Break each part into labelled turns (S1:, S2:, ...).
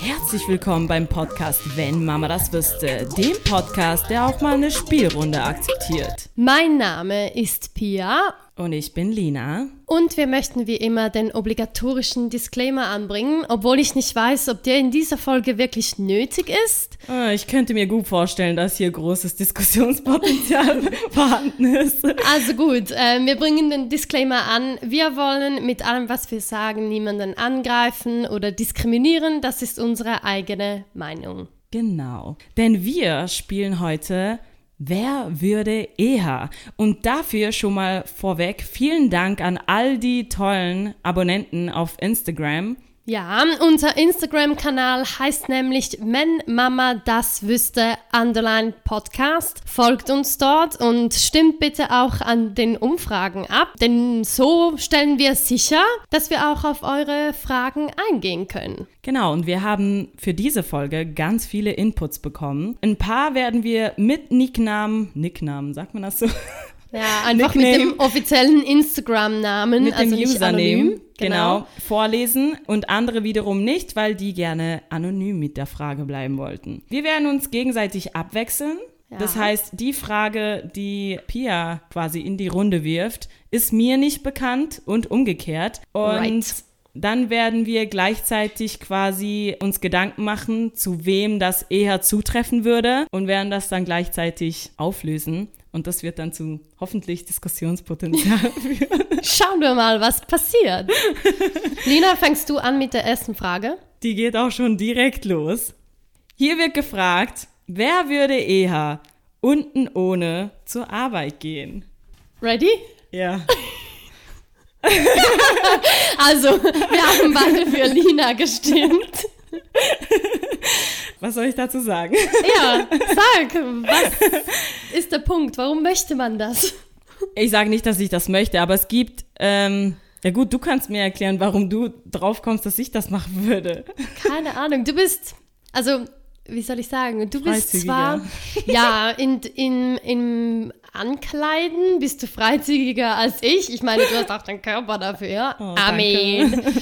S1: Herzlich willkommen beim Podcast Wenn Mama das wüsste, dem Podcast, der auch mal eine Spielrunde akzeptiert.
S2: Mein Name ist Pia
S1: Und ich bin Lina.
S2: und wir möchten wie immer den obligatorischen Disclaimer anbringen, obwohl ich nicht weiß, ob der in dieser Folge wirklich nötig ist.
S1: Ah, Ich könnte mir gut vorstellen, dass hier großes Diskussionspotenzial vorhanden ist.
S2: Also gut, äh, wir bringen den Disclaimer an. Wir wollen mit allem, was wir sagen, niemanden angreifen oder diskriminieren. Das ist unsere eigene Meinung.
S1: Genau. Denn wir spielen heute Wer würde eher? Und dafür schon mal vorweg vielen Dank an all die tollen Abonnenten auf Instagram.
S2: Ja, unser Instagram-Kanal heißt nämlich Wenn Mama das wüsste Underline Podcast. Folgt uns dort und stimmt bitte auch an den Umfragen ab, denn so stellen wir sicher, dass wir auch auf eure Fragen eingehen können.
S1: Genau, und wir haben für diese Folge ganz viele Inputs bekommen. Ein paar werden wir mit Nicknamen, Nicknamen, sagt man das so?
S2: Ja, einfach mit
S1: Nickname.
S2: dem offiziellen Instagram-Namen,
S1: Mit
S2: also
S1: dem
S2: nicht
S1: Username,
S2: anonym.
S1: genau. vorlesen und andere wiederum nicht, weil die gerne anonym mit der Frage bleiben wollten. Wir werden uns gegenseitig abwechseln.
S2: Ja.
S1: Das heißt, die Frage, die Pia quasi in die Runde wirft, ist mir nicht bekannt und umgekehrt. Und
S2: Right.
S1: dann werden wir gleichzeitig quasi uns Gedanken machen, zu wem das eher zutreffen würde und werden das dann gleichzeitig auflösen. Und das wird dann zu hoffentlich Diskussionspotenzial
S2: Schauen wir mal, was passiert. Lina, fängst du an mit der ersten Frage?
S1: Die geht auch schon direkt los. Hier wird gefragt, wer würde eher unten ohne zur Arbeit gehen?
S2: Ready?
S1: Ja.
S2: Also, wir haben beide für Lina gestimmt.
S1: Was soll ich dazu sagen?
S2: Ja, sag, was ist der Punkt? Warum möchte man das?
S1: Ich sage nicht, dass ich das möchte, aber es gibt. Ähm, ja gut, du kannst mir erklären, warum du drauf kommst, dass ich das machen würde.
S2: Keine Ahnung. Du bist, also, wie soll ich sagen, du bist
S1: Freizügiger.
S2: zwar, ja, in, in, im Ankleiden bist du freizügiger als ich. Ich meine, du hast auch den Körper dafür.
S1: Oh, danke.
S2: Amen.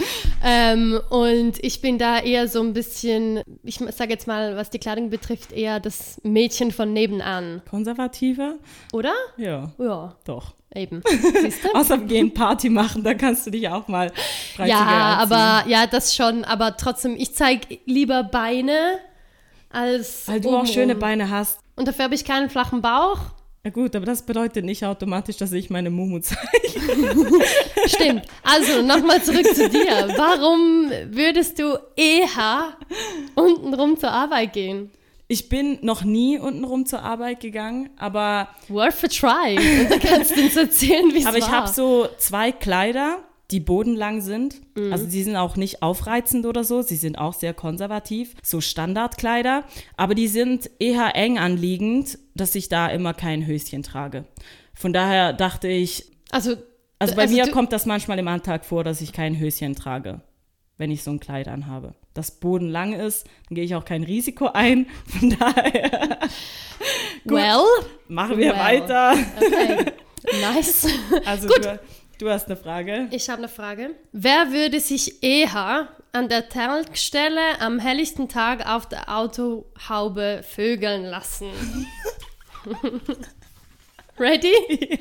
S2: Ähm, und ich bin da eher so ein bisschen, ich sage jetzt mal, was die Kleidung betrifft, eher das Mädchen von nebenan,
S1: Konservativer?
S2: oder?
S1: Ja,
S2: Ja,
S1: doch.
S2: eben. Siehst du?
S1: Außer wir gehen Party machen, da kannst du dich auch mal freizügiger
S2: Ja,
S1: anziehen.
S2: aber ja, das schon, aber trotzdem, ich zeige lieber Beine als.
S1: Weil du auch
S2: obenrum.
S1: schöne Beine hast.
S2: Und dafür habe ich keinen flachen Bauch.
S1: Ja gut, aber das bedeutet nicht automatisch, dass ich meine Mumu zeige.
S2: Stimmt. Also nochmal zurück zu dir. Warum würdest du eher untenrum zur Arbeit gehen?
S1: Ich bin noch nie untenrum zur Arbeit gegangen, aber,
S2: Worth a try. Und dann kannst du uns erzählen, wie es war.
S1: aber ich habe so zwei Kleider, die bodenlang sind.
S2: Mhm.
S1: Also die sind auch nicht aufreizend oder so, sie sind auch sehr konservativ, so Standardkleider, aber die sind eher eng anliegend, dass ich da immer kein Höschen trage. Von daher dachte ich,
S2: Also,
S1: also bei mir
S2: du-
S1: kommt das manchmal im Alltag vor, dass ich kein Höschen trage, wenn ich so ein Kleid anhabe. Das bodenlang ist, dann gehe ich auch kein Risiko ein. Von daher
S2: Well,
S1: machen wir
S2: Wow.
S1: weiter.
S2: okay. Nice.
S1: Also
S2: Gut.
S1: Du, du hast eine Frage.
S2: Ich habe eine Frage. Wer würde sich eher an der Tankstelle am helllichten Tag auf der Autohaube vögeln lassen? Ready?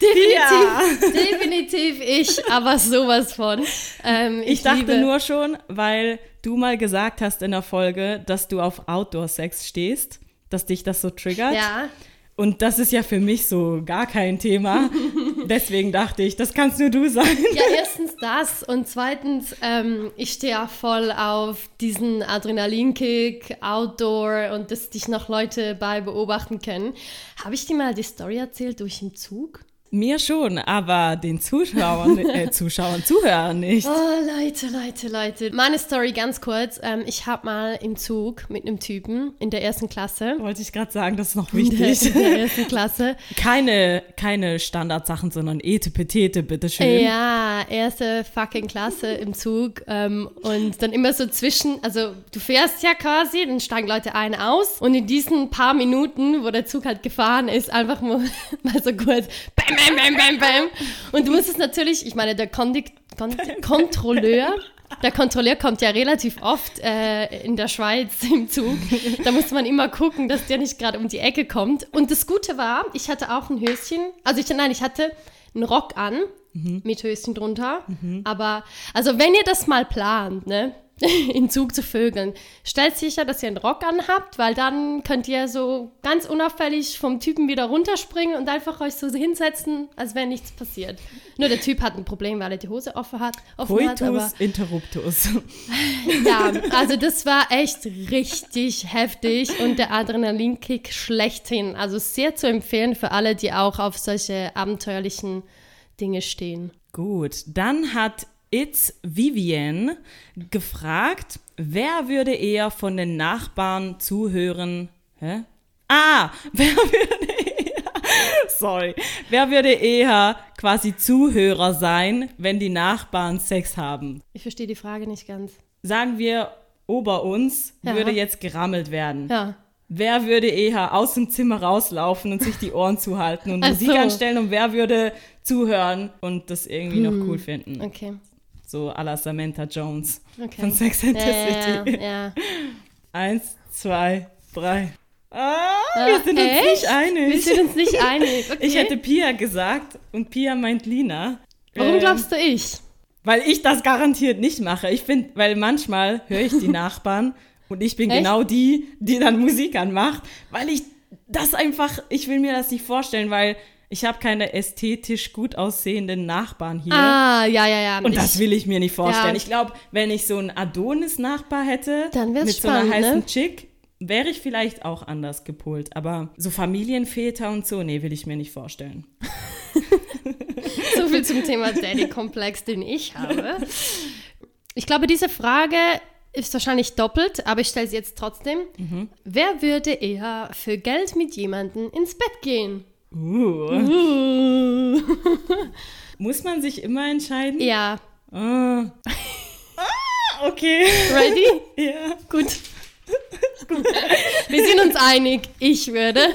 S2: definitiv,
S1: Ja.
S2: definitiv ich, aber sowas von. Ähm,
S1: Ich, dachte
S2: liebe-
S1: nur schon, weil du mal gesagt hast in der Folge, dass du auf Outdoor-Sex stehst, dass dich das so triggert.
S2: Ja,
S1: Und das ist ja für mich so gar kein Thema. Deswegen dachte ich, das kannst nur du sein.
S2: Ja, erstens das und zweitens, ähm, ich stehe ja voll auf diesen Adrenalinkick, Outdoor und dass dich noch Leute bei beobachten können. Habe ich dir mal die Story erzählt durch den Zug?
S1: Mir schon, aber den Zuschauern, äh, Zuschauern, Zuhörern nicht.
S2: Oh, Leute, Leute, Leute. Meine Story ganz kurz. Ähm, ich habe mal im Zug mit einem Typen in der ersten Klasse.
S1: Wollte ich gerade sagen, das ist noch
S2: In der, in
S1: wichtig.
S2: der ersten Klasse.
S1: Keine, keine Standardsachen, sondern Etepetete, bitteschön.
S2: Ja, erste fucking Klasse im Zug ähm, und dann immer so zwischen, also du fährst ja quasi, dann steigen Leute ein, aus und in diesen paar Minuten, wo der Zug halt gefahren ist, einfach mal, mal so kurz, bam, bam, bam, bam, bam. Und du musstest natürlich, ich meine, der Kondik Kon Kontrolleur Der Kontrolleur kommt ja relativ oft äh, in der Schweiz im Zug. Da musste man immer gucken, dass der nicht gerade um die Ecke kommt. Und das Gute war, ich hatte auch ein Höschen. Also ich, nein, ich hatte einen Rock an mit Höschen drunter. Aber also wenn ihr das mal plant, ne? in Zug zu vögeln. Stellt sicher, dass ihr einen Rock anhabt, weil dann könnt ihr so ganz unauffällig vom Typen wieder runterspringen und einfach euch so hinsetzen, als wäre nichts passiert. Nur der Typ hat ein Problem, weil er die Hose offen hat. Offen hat aber
S1: Coitus interruptus.
S2: ja, also das war echt richtig heftig und der Adrenalinkick schlechthin. Also sehr zu empfehlen für alle, die auch auf solche abenteuerlichen Dinge stehen.
S1: Gut, dann hat It's Vivian gefragt, wer würde eher von den Nachbarn zuhören? Hä? Ah, wer würde eher, sorry, wer würde eher quasi Zuhörer sein, wenn die Nachbarn Sex haben?
S2: Ich verstehe die Frage nicht ganz.
S1: Sagen wir, ober uns
S2: Ja.
S1: würde jetzt gerammelt werden.
S2: Ja.
S1: Wer würde eher aus dem Zimmer rauslaufen und sich die Ohren zuhalten und
S2: Ach
S1: Musik
S2: so.
S1: anstellen und wer würde zuhören und das irgendwie noch
S2: Hm.
S1: cool finden?
S2: Okay.
S1: So à la Samantha Jones
S2: Okay.
S1: von Sex and the
S2: Ja,
S1: City.
S2: ja, ja.
S1: Eins, zwei, drei. Ah, wir
S2: Ah,
S1: sind uns
S2: echt?
S1: nicht einig.
S2: Wir sind uns nicht einig. Okay.
S1: ich hätte Pia gesagt und Pia meint Lina.
S2: Warum
S1: Ähm,
S2: glaubst du ich?
S1: Weil ich das garantiert nicht mache. Ich finde, weil manchmal höre ich die Nachbarn und ich bin
S2: Echt?
S1: genau die, die dann Musik anmacht, weil ich das einfach, ich will mir das nicht vorstellen, weil ich habe keine ästhetisch gut aussehenden Nachbarn hier.
S2: Ah, ja, ja, ja.
S1: Und das
S2: Ich-
S1: will ich mir nicht vorstellen.
S2: Ja.
S1: Ich glaube, wenn ich so einen Adonis-Nachbar hätte,
S2: Dann wär's
S1: mit so
S2: spannend,
S1: einer heißen
S2: ne?
S1: Chick, wäre ich vielleicht auch anders gepolt. Aber so Familienväter und so, nee, will ich mir nicht vorstellen.
S2: So viel zum Thema Daddy-Komplex, den ich habe. Ich glaube, diese Frage ist wahrscheinlich doppelt, aber ich stelle sie jetzt trotzdem.
S1: Mhm.
S2: Wer würde eher für Geld mit jemandem ins Bett gehen?
S1: Uh.
S2: Uh.
S1: Muss man sich immer entscheiden?
S2: Ja,
S1: Ah. ah, okay.
S2: ready?
S1: ja.
S2: Gut. Gut. Wir sind uns einig. Ich würde.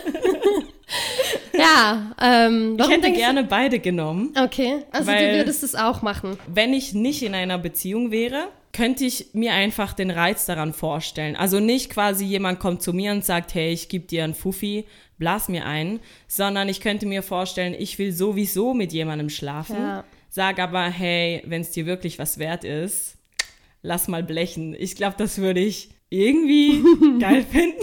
S2: ja, ähm,
S1: Ich
S2: warum
S1: hätte
S2: denkst
S1: gerne beide genommen.
S2: Du? Okay, also du
S1: Weil-
S2: würdest es auch machen.
S1: wenn ich nicht in einer Beziehung wäre, könnte ich mir einfach den Reiz daran vorstellen. Also nicht quasi jemand kommt zu mir und sagt, hey, ich gebe dir einen Fuffi, blas mir ein, sondern ich könnte mir vorstellen, ich will sowieso mit jemandem schlafen.
S2: Ja.
S1: Sag aber, hey, wenn es dir wirklich was wert ist, lass mal blechen. Ich glaube, das würde ich irgendwie geil finden.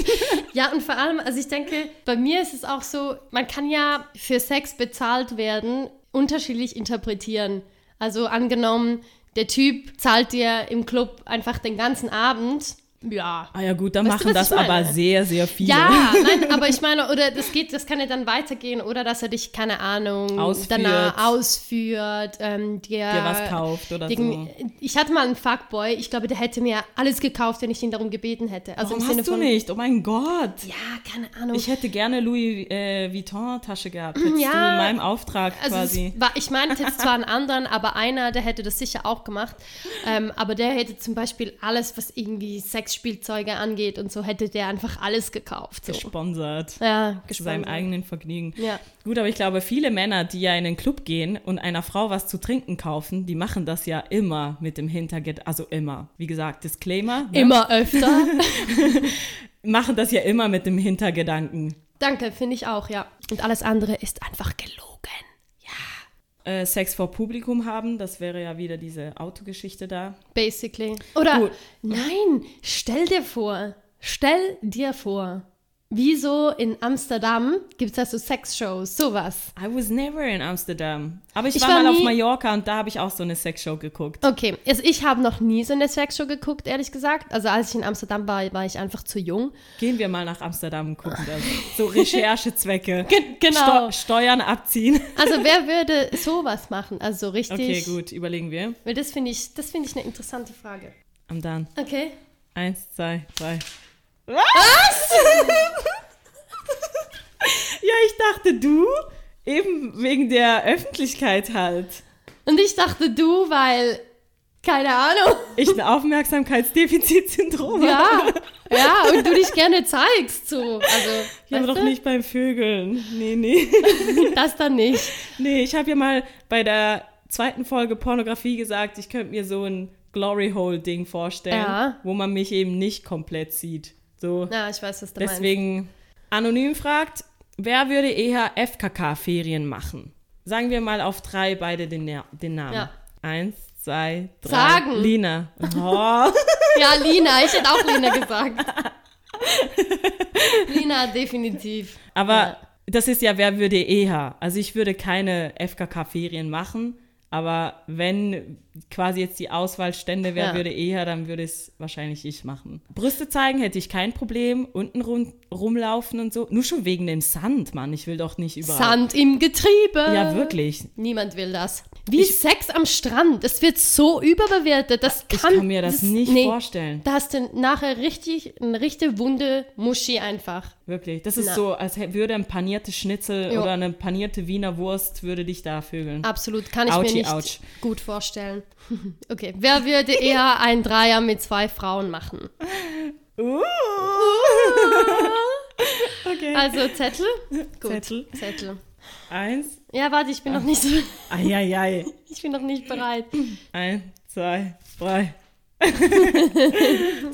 S2: Ja, und vor allem, also ich denke, bei mir ist es auch so, man kann ja für Sex bezahlt werden, unterschiedlich interpretieren. Also angenommen, der Typ zahlt dir im Club einfach den ganzen Abend. Ja.
S1: Ah ja gut, da
S2: Weißt du,
S1: machen
S2: was
S1: das
S2: ich meine?
S1: aber sehr, sehr viele.
S2: Ja, nein, aber ich meine, oder das geht, das kann ja dann weitergehen, oder dass er dich, keine Ahnung,
S1: Ausführt.
S2: danach ausführt, ähm, dir,
S1: Dir was kauft oder
S2: Gegen,
S1: so.
S2: Ich hatte mal einen Fuckboy, ich glaube, der hätte mir alles gekauft, wenn ich ihn darum gebeten hätte. Also
S1: Warum
S2: im Sinne
S1: hast du
S2: von,
S1: nicht? Oh mein Gott.
S2: Ja, keine Ahnung.
S1: Ich hätte gerne Louis äh, Vuitton-Tasche gehabt. Hättest
S2: Ja.
S1: du in meinem Auftrag
S2: Also
S1: quasi.
S2: es war, ich meinte jetzt zwar einen anderen, aber einer, der hätte das sicher auch gemacht. Ähm, aber der hätte zum Beispiel alles, was irgendwie Sexspielzeuge angeht und so, hätte der einfach alles gekauft. So.
S1: Gesponsert.
S2: Ja,
S1: Zu seinem
S2: gesponsert.
S1: eigenen Vergnügen.
S2: Ja.
S1: Gut, aber ich glaube, viele Männer, die ja in den Club gehen und einer Frau was zu trinken kaufen, die machen das ja immer mit dem Hintergedanken, also immer. Wie gesagt, Disclaimer, ne?
S2: Immer öfter.
S1: machen das ja immer mit dem Hintergedanken.
S2: Danke, finde ich auch, ja. Und alles andere ist einfach gelogen.
S1: Äh, Sex vor Publikum haben, das wäre ja wieder diese Autogeschichte da.
S2: Basically. Oder
S1: Gut.
S2: nein, stell dir vor, stell dir vor, wieso in Amsterdam gibt es da so Sexshows, sowas.
S1: I was never in Amsterdam. Aber ich,
S2: Ich
S1: war,
S2: war
S1: mal auf
S2: nie-
S1: Mallorca und da habe ich auch so eine Sexshow geguckt.
S2: Okay, also ich habe noch nie so eine Sexshow geguckt, ehrlich gesagt. Also als ich in Amsterdam war, war ich einfach zu jung.
S1: Gehen wir mal nach Amsterdam und gucken das. So Recherchezwecke.
S2: Ge- genau.
S1: Steu Steuern abziehen.
S2: Also wer würde sowas machen? Also so richtig.
S1: Okay, gut, überlegen wir.
S2: Weil das finde ich, das finde ich eine interessante Frage.
S1: Am Dann.
S2: Okay.
S1: Eins, zwei, drei. Was? ja, ich dachte du. Eben wegen der Öffentlichkeit halt.
S2: Und ich dachte du, weil keine Ahnung.
S1: Ich ein Aufmerksamkeitsdefizitsyndrom. habe.
S2: Ja, ja und du dich gerne zeigst so. Also
S1: Ja, aber
S2: weißt
S1: doch
S2: du?
S1: nicht beim Vögeln. Nee, nee.
S2: das dann nicht.
S1: Nee, ich habe ja mal bei der zweiten Folge Pornografie gesagt, ich könnte mir so einen Glory Hole Ding vorstellen,
S2: Ja.
S1: wo man mich eben nicht komplett sieht. So,
S2: Ja, ich weiß, was du meinst.
S1: deswegen anonym fragt, wer würde eher FKK Ferien machen? Sagen wir mal auf drei beide den, Na- den Namen.
S2: Ja.
S1: Eins, zwei, drei.
S2: Sagen.
S1: Lina. Oh.
S2: Ja, Lina, ich hätte auch Lina gesagt. Lina, definitiv.
S1: Aber
S2: Ja.
S1: das ist ja, wer würde eher? Also ich würde keine FKK-Ferien machen, aber wenn quasi jetzt die Auswahl stände, wer
S2: Ja.
S1: würde eher, dann würde es wahrscheinlich ich machen. Brüste zeigen hätte ich kein Problem, unten rum, rumlaufen und so. Nur schon wegen dem Sand, Mann. Ich will doch nicht überall.
S2: Sand im Getriebe.
S1: Ja, wirklich.
S2: Niemand will das. Wie Sex am Strand. Es wird so überbewertet. Das
S1: Ich
S2: kann,
S1: kann mir das nicht
S2: nee.
S1: vorstellen.
S2: Da hast du nachher richtig, eine richtige Wunde Muschi einfach.
S1: Wirklich. Das ist
S2: Na.
S1: so, als hä- würde ein paniertes Schnitzel
S2: Jo. Ah.
S1: oder eine panierte Wiener Wurst würde dich da vögeln.
S2: Absolut, kann ich
S1: Ouchi,
S2: mir nicht
S1: ouch.
S2: gut vorstellen. Okay, wer würde eher ein Dreier mit zwei Frauen machen?
S1: Uh. okay.
S2: Also Zettel? Gut.
S1: Zettel. Ah.
S2: Zettel.
S1: Eins.
S2: Ja, warte, ich bin noch nicht so,
S1: Eieiei.
S2: ich bin noch nicht bereit.
S1: Eins, zwei, drei.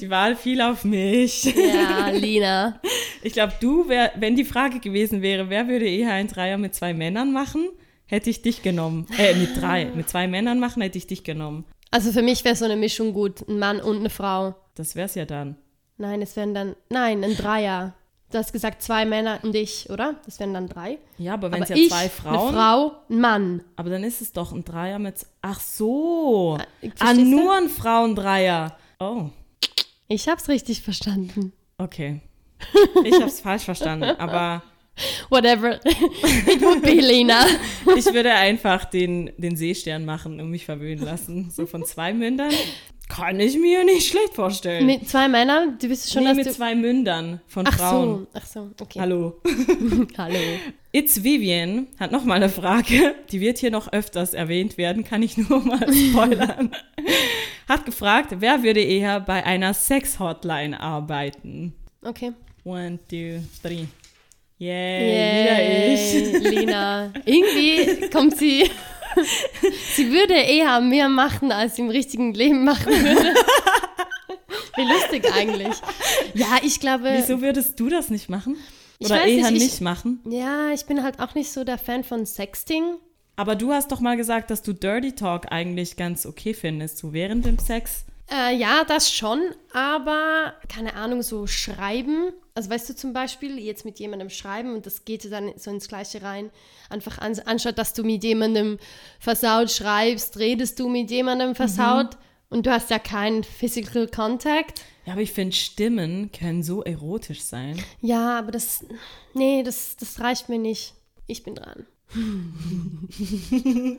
S1: die Wahl fiel auf mich.
S2: Ja, Lina.
S1: Ich glaube, du, wär, wenn die Frage gewesen wäre, wer würde eher einen Dreier mit zwei Männern machen, hätte ich dich genommen. Äh, mit drei. Mit zwei Männern machen, hätte ich dich genommen.
S2: Also für mich wäre so eine Mischung gut, ein Mann und eine Frau.
S1: Das wär's ja dann.
S2: Nein, es wären dann, nein, ein Dreier. Du hast gesagt zwei Männer und ich, oder? Das wären dann drei.
S1: Ja, aber wenn es
S2: Aber
S1: ja
S2: ich,
S1: zwei Frauen.
S2: eine Frau, ein Mann.
S1: aber dann ist es doch ein Dreier mit. Ach so.
S2: ich-
S1: Ah,
S2: verstehst du?
S1: nur ein Frauendreier. Oh,
S2: Ich hab's richtig verstanden.
S1: okay. Ich hab's falsch verstanden, aber.
S2: Whatever. It would be Lena.
S1: Ich würde einfach den, den Seestern machen und mich verwöhnen lassen. So von zwei Mündern. Kann ich mir nicht schlecht vorstellen. Mit,
S2: Mit zwei Männern, du bist schon,
S1: nee,
S2: dass
S1: mit
S2: du...
S1: zwei Mündern von
S2: Ach
S1: Frauen.
S2: so, ach so, okay.
S1: Hallo.
S2: Hallo.
S1: It's Vivian hat nochmal eine Frage. Die wird hier noch öfters erwähnt werden, kann ich nur mal spoilern. hat gefragt, wer würde eher bei einer Sex-Hotline arbeiten?
S2: Okay.
S1: One, two, three.
S2: Yay,
S1: Yay, wieder ich.
S2: Lena. Irgendwie kommt sie. sie würde eher mehr machen, als sie im richtigen Leben machen würde. Wie lustig eigentlich. Ja, ich glaube.
S1: Wieso würdest du das nicht machen?
S2: Ich
S1: Oder
S2: weiß
S1: eher
S2: nicht, ich-
S1: nicht machen?
S2: Ja, ich bin halt auch nicht so der Fan von Sexting.
S1: Aber du hast doch mal gesagt, dass du Dirty Talk eigentlich ganz okay findest, so während dem Sex.
S2: Äh, ja, das schon, aber keine Ahnung, so schreiben. Also weißt du zum Beispiel, jetzt mit jemandem schreiben und das geht dann so ins Gleiche rein. Einfach an, anstatt, dass du mit jemandem versaut schreibst, redest du mit jemandem versaut und du hast ja keinen Physical Contact.
S1: Ja, aber ich finde, Stimmen können so erotisch sein.
S2: Ja, aber das, nee, das, das reicht mir nicht. Ich bin dran.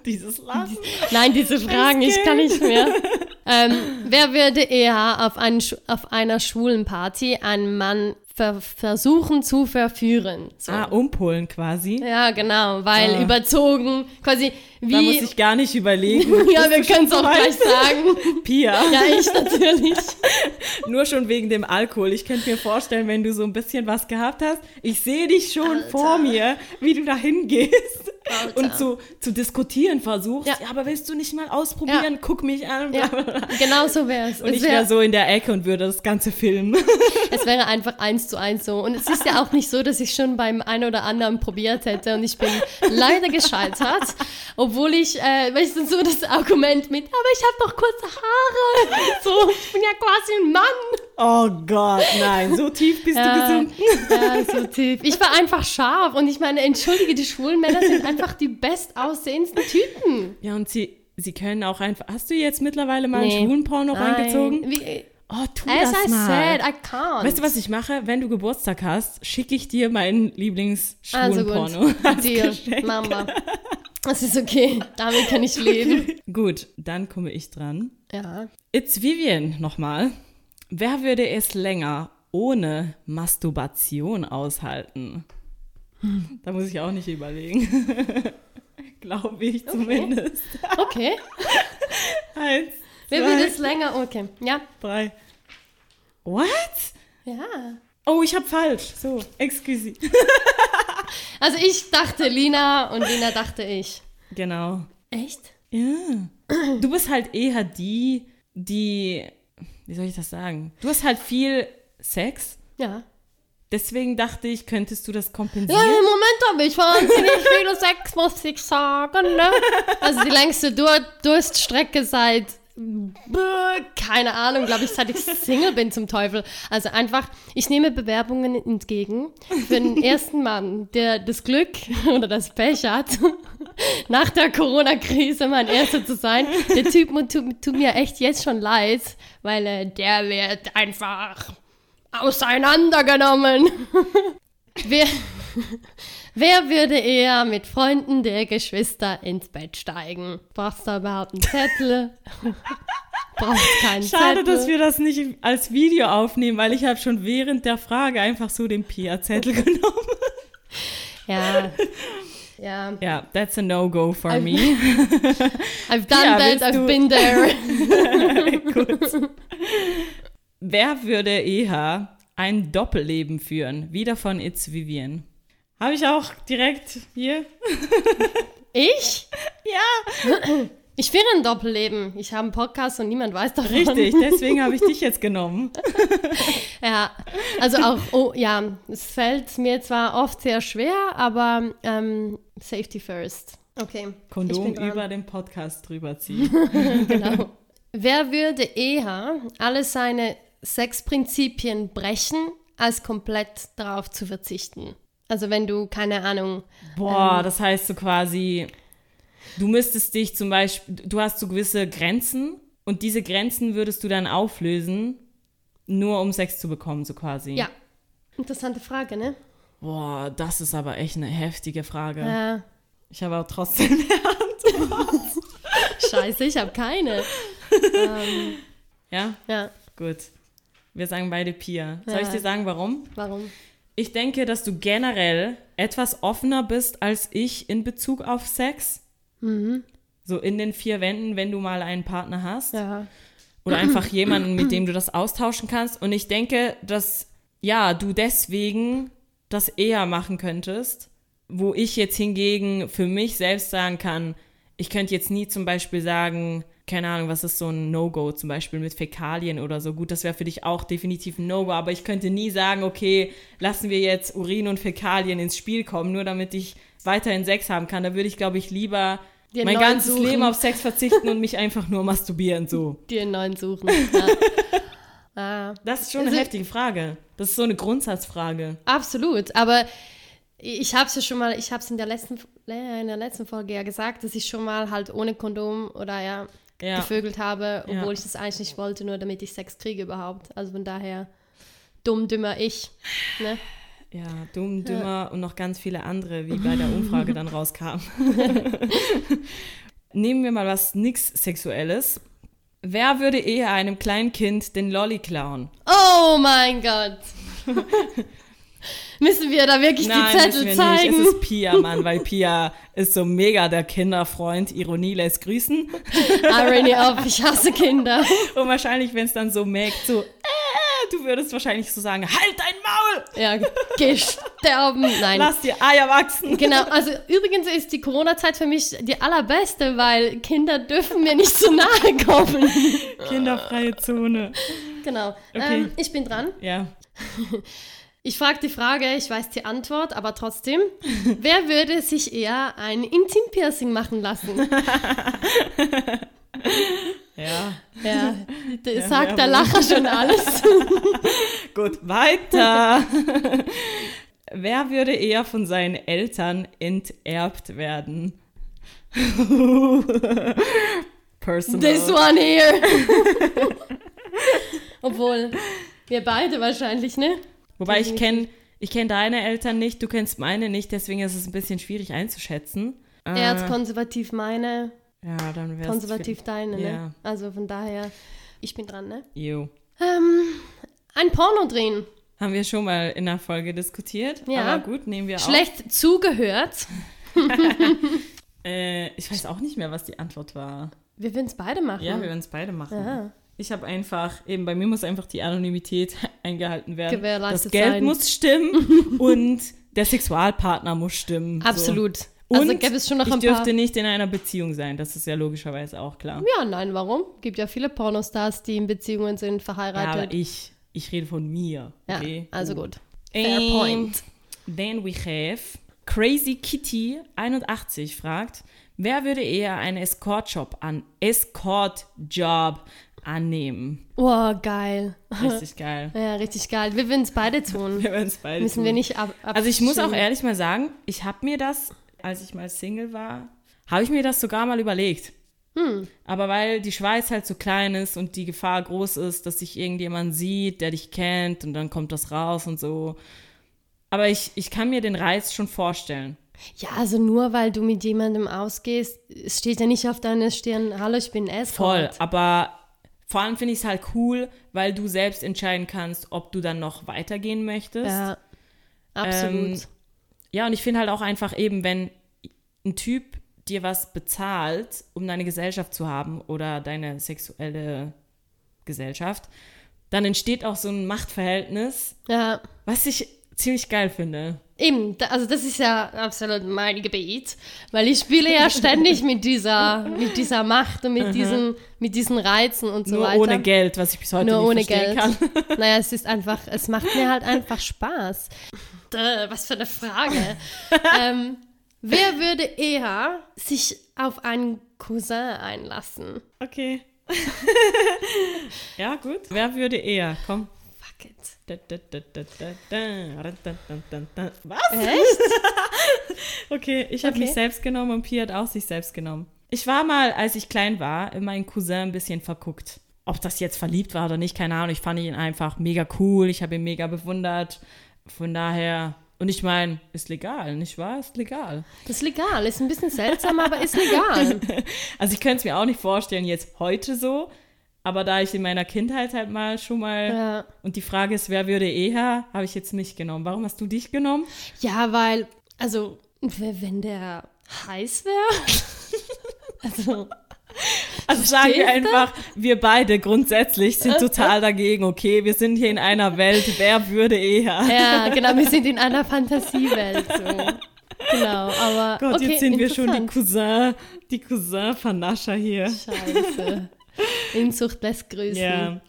S1: Dieses Lachen.
S2: Nein, diese Fragen, ich kann nicht mehr. Ähm, wer würde eher auf, einen, Schu- auf einer schwulen Party einen Mann ver versuchen zu verführen? So.
S1: Ah, umpolen quasi.
S2: Ja, genau, weil
S1: Ah.
S2: überzogen, quasi
S1: Da muss
S2: wie.
S1: ich gar nicht überlegen.
S2: ja,
S1: Bist
S2: wir
S1: du schon
S2: können es auch
S1: so weit?
S2: gleich sagen.
S1: Pia,
S2: Ja, ich natürlich.
S1: nur schon wegen dem Alkohol. Ich könnte mir vorstellen, wenn du so ein bisschen was gehabt hast, ich sehe dich schon
S2: Alter.
S1: vor mir, wie du da hingehst
S2: Alter.
S1: und zu, zu diskutieren versuchst.
S2: Ja.
S1: Ja. aber willst du nicht mal ausprobieren? Guck mich an.
S2: Ja, genau so wäre es.
S1: Und ich
S2: wär-
S1: wäre so in der Ecke und würde das Ganze filmen.
S2: Es wäre einfach eins zu eins so. Und es ist ja auch nicht so, dass ich schon beim einen oder anderen probiert hätte und ich bin leider gescheitert. Obwohl ich, äh, weißt du, so das Argument mit, aber ich habe doch kurze Haare. So, ich bin ja quasi ein Mann.
S1: Oh Gott, nein, so tief bist du gesunken.
S2: Ja, ja, so tief. Ich war einfach scharf und ich meine, entschuldige, die schwulen Männer sind einfach die bestaussehendsten Typen.
S1: Ja, und sie, sie können auch einfach. Hast du jetzt mittlerweile mal
S2: Nee.
S1: einen schwulen Porno reingezogen?
S2: Wie,
S1: Oh, tu
S2: as
S1: das
S2: I
S1: mal.
S2: said, I can't.
S1: Weißt du, was ich mache? Wenn du Geburtstag hast, schicke ich dir meinen
S2: also
S1: Lieblings-Schwulen-Porno.
S2: gut,
S1: als
S2: Deal,
S1: Geschenk.
S2: Mama. Das ist okay, damit kann ich leben.
S1: Gut, dann komme ich dran.
S2: Ja.
S1: It's Vivian nochmal. Wer würde es länger ohne Masturbation aushalten?
S2: Hm.
S1: Da muss ich auch nicht überlegen. Glaube ich zumindest.
S2: Okay.
S1: Eins,
S2: Wer
S1: zwei,
S2: will das länger? Okay. Ja.
S1: drei. What?
S2: Ja.
S1: Oh, ich hab falsch. So, excuse.
S2: Also ich dachte Lina und Lina dachte ich.
S1: Genau.
S2: Echt?
S1: Ja. Du bist halt eher die, die, wie soll ich das sagen? Du hast halt viel Sex.
S2: Ja.
S1: Deswegen dachte ich, könntest du das
S2: Ja,
S1: kompensieren?
S2: im Moment habe ich wahnsinnig viel Sex, muss ich sagen. Ne? Also die längste Dur Durststrecke seit, Bäh, keine Ahnung, glaube ich, seit ich Single bin zum Teufel. Also einfach, ich nehme Bewerbungen entgegen für den ersten Mann, der das Glück oder das Pech hat, nach der Corona-Krise mein erster zu sein. Der Typ mu- tut, tut mir echt jetzt schon leid, weil äh, der wird einfach auseinandergenommen. Wer, wer würde eher mit Freunden der Geschwister ins Bett steigen? Brauchst du überhaupt einen Zettel? Brauchst keinen
S1: Schade,
S2: Zettel?
S1: dass wir das nicht als Video aufnehmen, weil ich habe schon während der Frage einfach so den Pia-Zettel genommen.
S2: Ja. Ja.
S1: Ja, that's a no-go for me.
S2: I've done
S1: Ja,
S2: that,
S1: willst
S2: I've
S1: du-
S2: been there.
S1: Gut. Wer würde eher ein Doppelleben führen? Wieder von It's Vivian. Habe ich auch direkt hier?
S2: Ich?
S1: Ja,
S2: Ich will ein Doppelleben. Ich habe einen Podcast und niemand weiß davon.
S1: richtig. Deswegen habe ich dich jetzt genommen.
S2: Ja, also auch, oh, ja, es fällt mir zwar oft sehr schwer, aber ähm, safety first. Okay.
S1: Kondom
S2: ich bin dran.
S1: über den Podcast drüber ziehen.
S2: Genau. Wer würde eher alle seine Sexprinzipien brechen, als komplett darauf zu verzichten? Also wenn du, keine Ahnung, Ähm.
S1: Boah, das heißt so quasi, du müsstest dich zum Beispiel, du hast so gewisse Grenzen und diese Grenzen würdest du dann auflösen, nur um Sex zu bekommen, so quasi.
S2: ja, interessante Frage, ne?
S1: Boah, das ist aber echt eine heftige Frage.
S2: Ja.
S1: Ich habe auch trotzdem.
S2: scheiße, ich habe keine.
S1: ja,
S2: Ja,
S1: gut. Wir sagen beide Pia. Soll
S2: Ja.
S1: ich dir sagen, warum?
S2: warum?
S1: Ich denke, dass du generell etwas offener bist als ich in Bezug auf Sex. So in den vier Wänden, wenn du mal einen Partner hast.
S2: Ja.
S1: Oder einfach jemanden, mit dem du das austauschen kannst. Und ich denke, dass ja, du deswegen das eher machen könntest, wo ich jetzt hingegen für mich selbst sagen kann, ich könnte jetzt nie zum Beispiel sagen, keine Ahnung, was ist so ein No-Go zum Beispiel mit Fäkalien oder so. Gut, das wäre für dich auch definitiv ein No-Go, aber ich könnte nie sagen, okay, lassen wir jetzt Urin und Fäkalien ins Spiel kommen, nur damit ich weiterhin Sex haben kann. Da würde ich, glaube ich, lieber
S2: Den
S1: mein
S2: neuen
S1: ganzes
S2: suchen.
S1: Leben auf Sex verzichten und mich einfach nur masturbieren, so.
S2: Dir einen neuen suchen. Ja. Ah.
S1: Das ist schon eine
S2: Also-
S1: heftige Frage. Das ist so eine Grundsatzfrage.
S2: Absolut, aber ich habe es ja schon mal, ich habe es in der letzten in der letzten Folge ja gesagt, dass ich schon mal halt ohne Kondom oder ja,
S1: Ja.
S2: gevögelt habe, obwohl
S1: Ja.
S2: ich das eigentlich nicht wollte, nur damit ich Sex kriege überhaupt. Also von daher dumm dümmer ich, ne?
S1: Ja, dumm, dümmer und noch ganz viele andere, wie bei der Umfrage dann rauskam. Nehmen wir mal was nix Sexuelles. Wer würde eher einem kleinen Kind den Lolli klauen?
S2: Oh mein Gott. müssen wir da wirklich die Zettel
S1: müssen wir
S2: zeigen?
S1: nicht. Es ist Pia, Mann, weil Pia ist so mega der Kinderfreund. Ironie lässt grüßen.
S2: Irony Ah, auf, ich hasse Kinder.
S1: Und wahrscheinlich, wenn es dann so merkt, so, äh, du würdest wahrscheinlich so sagen, halt dein Maul,
S2: Ja, gesterben. Nein.
S1: lass die Eier wachsen.
S2: Genau, also übrigens ist die Corona-Zeit für mich die allerbeste, weil Kinder dürfen mir nicht zu nahe kommen.
S1: Kinderfreie Zone.
S2: Genau.
S1: Okay.
S2: Ähm, ich bin dran.
S1: Ja,
S2: Ich frage die Frage, ich weiß die Antwort, aber trotzdem. Wer würde sich eher ein Intimpiercing machen lassen?
S1: ja.
S2: Ja, d-
S1: Ja,
S2: sagt der
S1: wer
S2: Lacher schon alles.
S1: Gut, weiter. Wer würde eher von seinen Eltern enterbt werden? Personal.
S2: This one here. Obwohl, wir beide wahrscheinlich, ne?
S1: Wobei ich kenne ich kenn deine Eltern nicht, du kennst meine nicht, deswegen ist es ein bisschen schwierig einzuschätzen. Äh,
S2: Er hat konservativ meine,
S1: ja, dann wär's
S2: konservativ deine, ne?
S1: Ja.
S2: Also von daher, ich bin dran, ne?
S1: Viel. Jo.
S2: Ähm, ein Porno drehen.
S1: Haben wir schon mal in der Folge diskutiert.
S2: Ja.
S1: Aber gut, nehmen wir auch.
S2: Schlecht zugehört.
S1: Äh, ich weiß auch nicht mehr, was die Antwort war.
S2: Wir würden es beide machen.
S1: Ja, wir werden es beide machen.
S2: Aha.
S1: Ich habe einfach, eben bei mir muss einfach die Anonymität eingehalten werden.
S2: Gewährleistet
S1: Das Geld
S2: sein.
S1: muss stimmen und der Sexualpartner muss stimmen.
S2: Absolut.
S1: So. Und
S2: Also gäbe es schon noch
S1: ich
S2: ein paar-
S1: dürfte nicht in einer Beziehung sein. Das ist ja logischerweise auch klar.
S2: Ja, nein, warum? Gibt ja viele Pornostars, die in Beziehungen sind,
S1: Ja, aber
S2: verheiratet.
S1: ich, ich rede von mir.
S2: Ja,
S1: Okay?
S2: also gut. Fair
S1: Ähm,
S2: point.
S1: Then we have Crazy Kitty 81 fragt, wer würde eher einen Escort-Job an Escort-Job annehmen?
S2: Oh, geil.
S1: Richtig geil.
S2: Ja, richtig geil. Wir würden es beide tun.
S1: Wir werden's beide
S2: Müssen
S1: tun.
S2: wir nicht ab. ab
S1: Also ich muss auch ehrlich mal sagen, ich habe mir das, als ich mal Single war, habe ich mir das sogar mal überlegt. Aber weil die Schweiz halt so klein ist und die Gefahr groß ist, dass dich irgendjemand sieht, der dich kennt und dann kommt das raus und so. Aber ich, ich kann mir den Reiz schon vorstellen.
S2: Ja, also nur weil du mit jemandem ausgehst, es steht ja nicht auf deiner Stirn, hallo, ich bin S.
S1: Voll, aber vor allem finde ich es halt cool, weil du selbst entscheiden kannst, ob du dann noch weitergehen möchtest.
S2: Ja, absolut.
S1: Ähm, Ja, und ich finde halt auch einfach eben, wenn ein Typ dir was bezahlt, um deine Gesellschaft zu haben oder deine sexuelle Gesellschaft, dann entsteht auch so ein Machtverhältnis,
S2: ja.
S1: was ich ziemlich geil finde.
S2: Eben, da, also das ist ja absolut mein Gebiet, weil ich spiele ja ständig mit dieser, mit dieser Macht und mit, diesen, mit diesen Reizen und so
S1: Nur
S2: weiter.
S1: ohne Geld, was ich bis heute
S2: Nur
S1: nicht
S2: ohne
S1: verstehen
S2: Geld.
S1: kann.
S2: Naja, es ist einfach, es macht mir halt einfach Spaß. Däh, was für eine Frage. ähm, wer würde eher sich auf einen Cousin einlassen?
S1: Okay. ja, gut. Wer würde eher? Komm.
S2: Fuck it.
S1: Da, da, da, da, da, da, ra, da, da, da, da. Was?
S2: Echt?
S1: Okay, ich habe
S2: Okay.
S1: mich selbst genommen und Pia hat auch sich selbst genommen. Ich war mal, als ich klein war, in meinen Cousin ein bisschen verguckt. Ob das jetzt verliebt war oder nicht, keine Ahnung. Ich fand ihn einfach mega cool. Ich habe ihn mega bewundert. Von daher. Und ich meine, ist legal, nicht wahr? Ist legal.
S2: Das ist legal, ist ein bisschen seltsam, aber ist legal.
S1: Also ich könnte es mir auch nicht vorstellen, jetzt heute so. Aber da ich in meiner Kindheit halt mal schon mal.
S2: Ja.
S1: Und die Frage ist, wer würde eher, habe ich jetzt mich genommen. Warum hast du dich genommen?
S2: Ja, weil, also, w- wenn der heiß wäre. Also,
S1: Also sagen wir
S2: Verstehst du?
S1: einfach, wir beide grundsätzlich sind total dagegen, okay? Wir sind hier in einer Welt, wer würde eher?
S2: ja, genau, wir sind in einer Fantasiewelt. So. Genau, aber.
S1: Gott,
S2: okay,
S1: jetzt sind wir schon die
S2: interessant.
S1: Cousin, die Cousin-Vernascher hier.
S2: Scheiße. Inzucht lässt grüßen.
S1: Ja.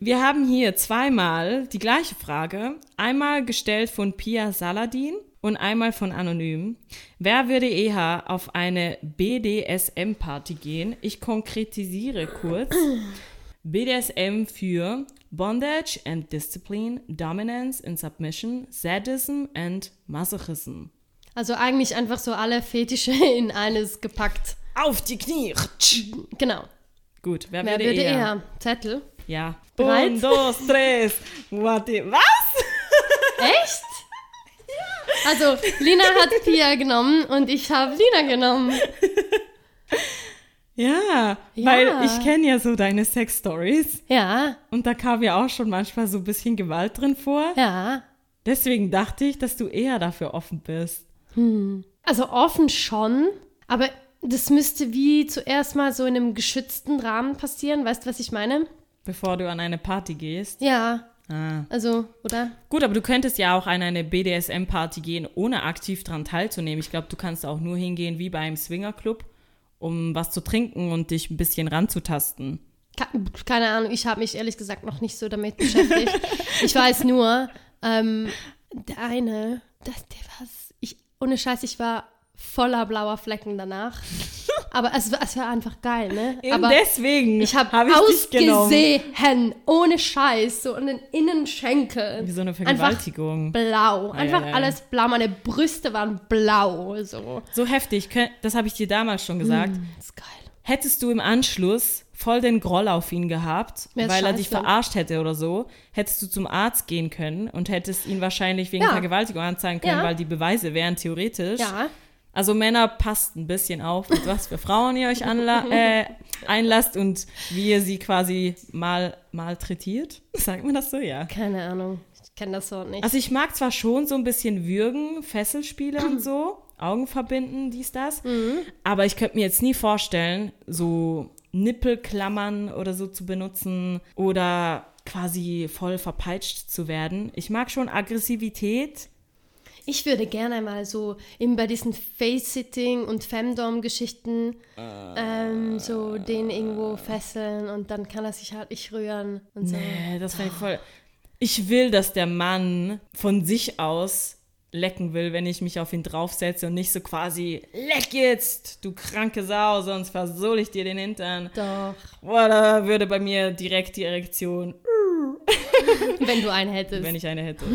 S1: Wir haben hier zweimal die gleiche Frage, einmal gestellt von Pia Saladin und einmal von Anonym. Wer würde eher auf eine BDSM-Party gehen? Ich konkretisiere kurz. BDSM für Bondage and Discipline, Dominance and Submission, Sadism and Masochism.
S2: Also eigentlich einfach so alle Fetische in eines gepackt.
S1: Auf die Knie! Rutsch.
S2: Genau.
S1: Gut, wer,
S2: Wer
S1: würde,
S2: würde
S1: eher?
S2: eher? Zettel.
S1: Ja.
S2: Bereit?
S1: Un, dos, tres. Warte, was?
S2: Echt? Also, Lina hat Pia genommen und ich habe Lina genommen.
S1: Ja,
S2: Ja.
S1: weil ich kenne ja so deine Sex-Stories
S2: Ja,
S1: und da kam ja auch schon manchmal so ein bisschen Gewalt drin vor.
S2: ja.
S1: Deswegen dachte ich, dass du eher dafür offen bist.
S2: Also offen schon, aber das müsste wie zuerst mal so in einem geschützten Rahmen passieren. Weißt du, was ich meine?
S1: Bevor du an eine Party gehst.
S2: Ja,
S1: Ah.
S2: also, oder?
S1: Gut, aber du könntest ja auch an eine BDSM-Party gehen, ohne aktiv daran teilzunehmen. Ich glaube, du kannst auch nur hingehen wie bei einem Swingerclub, um was zu trinken und dich ein bisschen ranzutasten.
S2: Ke- Keine Ahnung, ich habe mich ehrlich gesagt noch nicht so damit beschäftigt. ich weiß nur, ähm, der eine, das, der war, ich, ohne Scheiß, ich war voller blauer Flecken danach. Aber es, war- es war einfach geil, ne?
S1: Eben
S2: Aber
S1: deswegen
S2: ich habe
S1: hab dich genommen.
S2: ausgesehen, ohne Scheiß, so an den Innenschenkel.
S1: Wie so eine
S2: Einfach
S1: Vergewaltigung.
S2: blau.
S1: Ei,
S2: Einfach
S1: ei, ei.
S2: alles blau. Meine Brüste waren blau. So.
S1: So heftig, kö- das habe ich dir damals schon gesagt.
S2: Das ist geil.
S1: Hättest du im Anschluss voll den Groll auf ihn gehabt,
S2: Wär's
S1: weil er dich
S2: scheiße.
S1: verarscht hätte oder so, hättest du zum Arzt gehen können und hättest ihn wahrscheinlich wegen
S2: Ja.
S1: Vergewaltigung anzeigen können,
S2: Ja.
S1: weil die Beweise wären theoretisch.
S2: Ja.
S1: Also Männer passt ein bisschen auf, mit was für Frauen ihr euch anla äh, einlasst und wie ihr sie quasi mal malträtiert. Sagt man das so? Ja.
S2: Keine Ahnung. Ich kenne das Wort nicht.
S1: Also ich mag zwar schon so ein bisschen würgen, Fesselspiele und so, Augen verbinden, dies, das, aber ich könnte mir jetzt nie vorstellen, so Nippelklammern oder so zu benutzen oder quasi voll verpeitscht zu werden. Ich mag schon Aggressivität,
S2: Ich würde gerne mal so eben bei diesen Face-Sitting und Femdom-Geschichten
S1: Ah.
S2: ähm, so den irgendwo fesseln und dann kann er sich halt ich rühren und so.
S1: Nee, Äh, das fand ich voll. Ich will, dass der Mann von sich aus lecken will, wenn ich mich auf ihn draufsetze und nicht so quasi, leck jetzt, du kranke Sau, sonst versohle ich dir den Hintern.
S2: Doch,
S1: Boah, da würde bei mir direkt die Erektion,
S2: wenn du einen hättest.
S1: wenn ich eine hätte.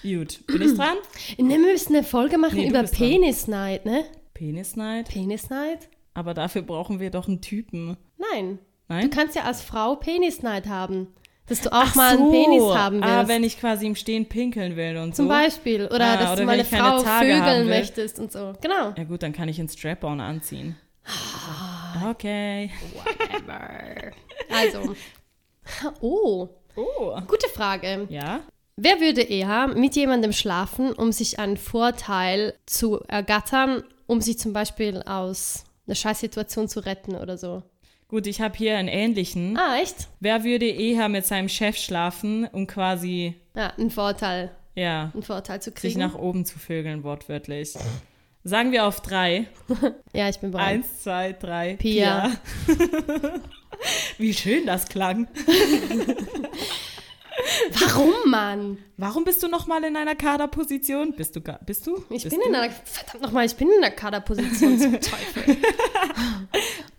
S1: Gut, bin ich dran?
S2: Ne, wir müssen eine Folge machen
S1: Nee, du
S2: über
S1: bist dran.
S2: Penisneid, ne?
S1: Penisneid?
S2: Penisneid?
S1: Aber dafür brauchen wir doch einen Typen.
S2: Nein.
S1: Nein?
S2: Du kannst ja als Frau Penisneid haben. Dass du auch
S1: Ach
S2: mal einen
S1: so.
S2: Penis haben willst.
S1: Ah, wenn ich quasi im Stehen pinkeln will und
S2: Zum
S1: so.
S2: Beispiel. Oder
S1: Ah,
S2: dass
S1: oder
S2: du
S1: wenn
S2: mal eine
S1: ich keine
S2: Frau
S1: Tage haben
S2: vögeln
S1: will.
S2: möchtest und so. Genau.
S1: Ja gut, dann kann ich einen Strap-on anziehen.
S2: Ah.
S1: Okay.
S2: Also. Oh,
S1: Oh.
S2: gute Frage.
S1: Ja?
S2: Wer würde eher mit jemandem schlafen, um sich einen Vorteil zu ergattern, um sich zum Beispiel aus einer Scheißsituation zu retten oder so?
S1: Gut, ich habe hier einen ähnlichen.
S2: Ah, echt?
S1: Wer würde eher mit seinem Chef schlafen, um quasi,
S2: Ja, einen Vorteil.
S1: ja,
S2: Einen Vorteil zu
S1: sich
S2: kriegen.
S1: nach oben zu vögeln, wortwörtlich? Sagen wir auf drei.
S2: ja, ich bin bereit.
S1: Eins, zwei, drei.
S2: Pia.
S1: Wie schön das klang.
S2: Warum, Mann?
S1: Warum bist du nochmal in einer Kaderposition? Bist du, ga- bist du?
S2: Ich
S1: bist
S2: bin
S1: du?
S2: in einer, verdammt nochmal, ich bin in einer Kaderposition zum Teufel.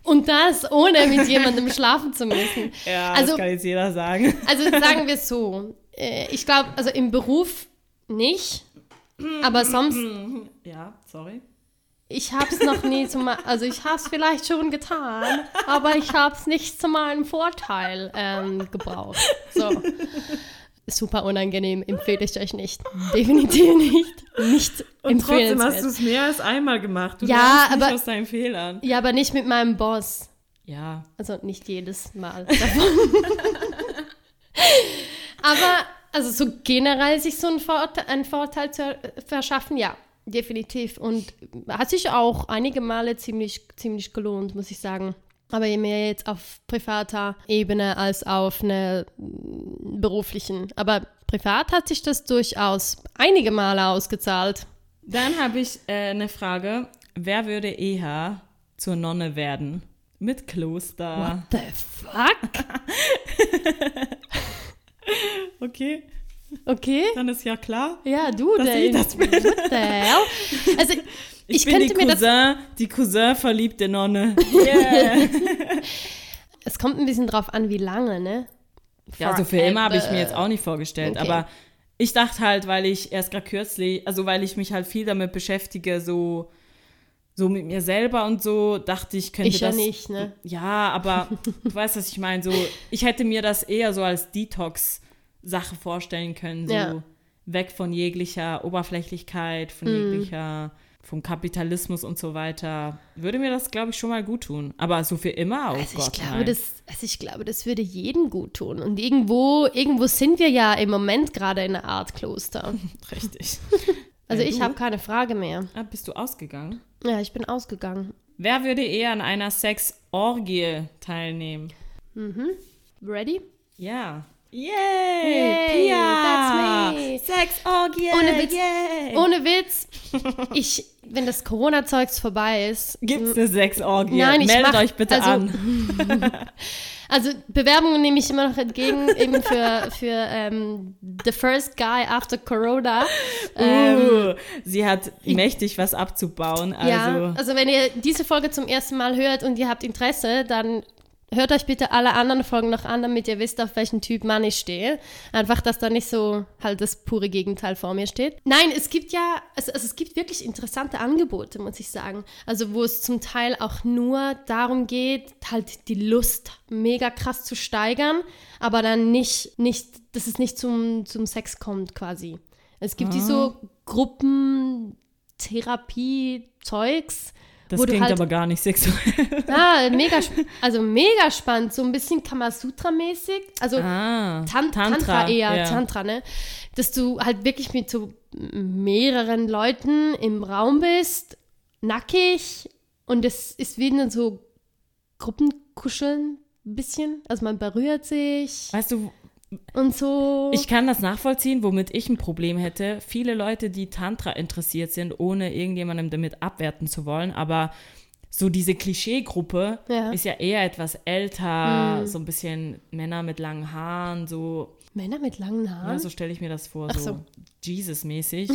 S2: Und das, ohne mit jemandem schlafen zu müssen.
S1: Ja,
S2: also-
S1: das kann jetzt jeder sagen.
S2: Also sagen wir es so. äh, Ich glaube, also im Beruf nicht. Aber sonst,
S1: Ja, sorry.
S2: ich habe es noch nie zum, also ich habe es vielleicht schon getan, aber ich habe es nicht zu meinem Vorteil ähm, gebraucht. So. Super unangenehm, empfehle ich euch nicht. Definitiv nicht. Nicht
S1: Und trotzdem hast
S2: empfehlenswert.
S1: du es mehr als einmal gemacht. Du
S2: Ja,
S1: lernst
S2: aber-
S1: nicht aus deinen Fehlern.
S2: ja, aber nicht mit meinem Boss.
S1: Ja.
S2: Also nicht jedes Mal davon. Aber also so generell sich so einen Vorteil, einen Vorteil zu er- verschaffen, ja, definitiv. Und hat sich auch einige Male ziemlich, ziemlich gelohnt, muss ich sagen. Aber je mehr jetzt auf privater Ebene als auf einer mm, beruflichen. Aber privat hat sich das durchaus einige Male ausgezahlt.
S1: Dann habe ich äh, eine Frage. Wer würde eher zur Nonne werden? Mit Kloster.
S2: The fuck?
S1: Okay,
S2: Okay.
S1: dann ist ja klar.
S2: Ja, du,
S1: Dass ich
S2: denn.
S1: das
S2: What the hell? Also,
S1: Ich,
S2: ich,
S1: bin
S2: könnte
S1: die
S2: mir das.
S1: Cousin, die Cousin verliebte Nonne. Yeah.
S2: Es kommt ein bisschen drauf an, wie lange, ne? äh,
S1: ja, also für immer habe ich mir jetzt auch nicht vorgestellt,
S2: Okay.
S1: aber ich dachte halt, weil ich erst gerade kürzlich, also weil ich mich halt viel damit beschäftige, so, so mit mir selber und so, dachte ich, könnte
S2: Ich ja
S1: das
S2: nicht, ne?
S1: Ja, aber du weißt, was ich meine. So, ich hätte mir das eher so als Detox-Sache vorstellen können. So
S2: Ja.
S1: weg von jeglicher Oberflächlichkeit, von
S2: Mhm.
S1: jeglicher, vom Kapitalismus und so weiter. Würde mir das, glaube ich, schon mal gut tun. Aber so für immer, oh
S2: Also
S1: Gott,
S2: ich, glaube,
S1: nein.
S2: das, also ich glaube, das würde jedem gut tun. Und irgendwo, irgendwo sind wir ja im Moment gerade in einer Art Kloster.
S1: Richtig.
S2: Also
S1: Ja,
S2: ich
S1: du?
S2: habe keine Frage mehr.
S1: Ah, bist du ausgegangen?
S2: Ja, ich bin ausgegangen.
S1: Wer würde eher an einer Sexorgie teilnehmen?
S2: Ready?
S1: Ja. Yay!
S2: Yay,
S1: Pia!
S2: that's me.
S1: Sexorgie!
S2: Ohne Witz.
S1: Yay!
S2: Ohne Witz, ich, wenn das Corona-Zeugs vorbei ist,
S1: Gibt's eine Sexorgie?
S2: Nein, ich
S1: Meldet
S2: mach-
S1: euch bitte
S2: also-
S1: an.
S2: Also Bewerbungen nehme ich immer noch entgegen, eben für, für ähm, The First Guy After Corona. Ähm,
S1: Uh, sie hat mächtig was abzubauen. Also,
S2: Ja, also wenn ihr diese Folge zum ersten Mal hört und ihr habt Interesse, dann hört euch bitte alle anderen Folgen noch an, damit ihr wisst, auf welchen Typ Mann ich stehe. Einfach, dass da nicht so halt das pure Gegenteil vor mir steht. Nein, es gibt ja, also, also es gibt wirklich interessante Angebote, muss ich sagen. Also wo es zum Teil auch nur darum geht, halt die Lust mega krass zu steigern, aber dann nicht, nicht dass es nicht zum, zum Sex kommt quasi. Es gibt die so Gruppen, Therapie-Zeugs.
S1: das
S2: wo du
S1: klingt
S2: halt-
S1: aber gar nicht sexuell.
S2: Ah, mega, sp- also mega spannend, so ein bisschen Kamasutra-mäßig. Also
S1: ah,
S2: Tan Tantra, eher,
S1: ja.
S2: Tantra, ne? Dass du halt wirklich mit so mehreren Leuten im Raum bist, nackig und es ist wie in so Gruppenkuscheln ein bisschen. Also man berührt sich.
S1: Weißt du,
S2: und so.
S1: Ich kann das nachvollziehen, womit ich ein Problem hätte. Viele Leute, die Tantra interessiert sind, ohne irgendjemandem damit abwerten zu wollen, aber so diese Klischeegruppe
S2: Ja. Mhm.
S1: ist ja eher etwas älter, so ein bisschen Männer mit langen Haaren, so,
S2: Männer mit langen
S1: ja,
S2: Haaren?
S1: so stelle ich mir das vor,
S2: Ach
S1: so,
S2: so.
S1: Jesus-mäßig.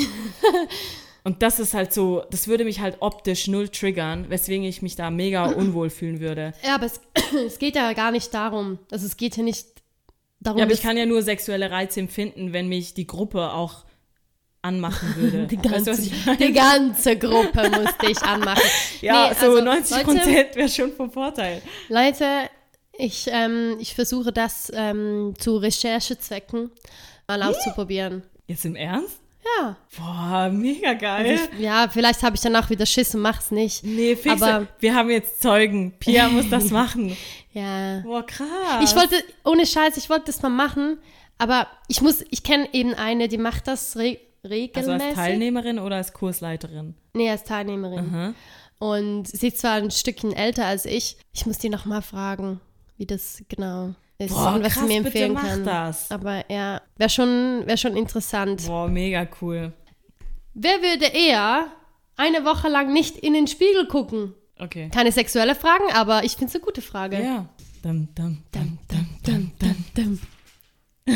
S1: Und das ist halt so, das würde mich halt optisch null triggern, weswegen ich mich da mega unwohl fühlen würde.
S2: ja, aber es, es geht ja gar nicht darum. Also es geht ja nicht darum,
S1: Ja, aber ich
S2: dass-
S1: kann ja nur sexuelle Reize empfinden, wenn mich die Gruppe auch anmachen würde.
S2: die
S1: weißt du,
S2: ganze,
S1: was ich
S2: die ganze Gruppe musste ich anmachen.
S1: Ja,
S2: Nee,
S1: so
S2: also,
S1: 90
S2: Leute,
S1: Prozent wäre schon vom Vorteil.
S2: Leute, ich, ähm, ich versuche das ähm, zu Recherchezwecken mal auszuprobieren.
S1: Jetzt im Ernst?
S2: Ja.
S1: Boah, mega geil.
S2: Ja, vielleicht habe Also ich danach wieder Schiss und mach's nicht.
S1: Äh. Nee, fix.
S2: Aber-
S1: wir haben jetzt Zeugen. Pia muss das machen.
S2: Ja.
S1: Boah, krass.
S2: Ich wollte, ohne Scheiß, ich wollte das mal machen, aber ich muss, ich kenne eben eine, die macht das re
S1: also
S2: regelmäßig.
S1: als Teilnehmerin oder als Kursleiterin?
S2: Nee, als Teilnehmerin.
S1: Aha.
S2: Und sie ist zwar ein Stückchen älter als ich. Ich muss die nochmal fragen, wie das genau ist
S1: Boah,
S2: und was
S1: krass,
S2: sie mir
S1: bitte
S2: empfehlen
S1: mach
S2: kann.
S1: das.
S2: Aber ja, wäre schon, wär schon interessant.
S1: Boah, mega cool.
S2: Wer würde eher eine Woche lang nicht in den Spiegel gucken?
S1: Okay.
S2: Keine sexuelle Fragen, aber ich finde es eine gute Frage.
S1: Ja. Dum, dum, dum, dum, dum,
S2: Dum, dum, dum.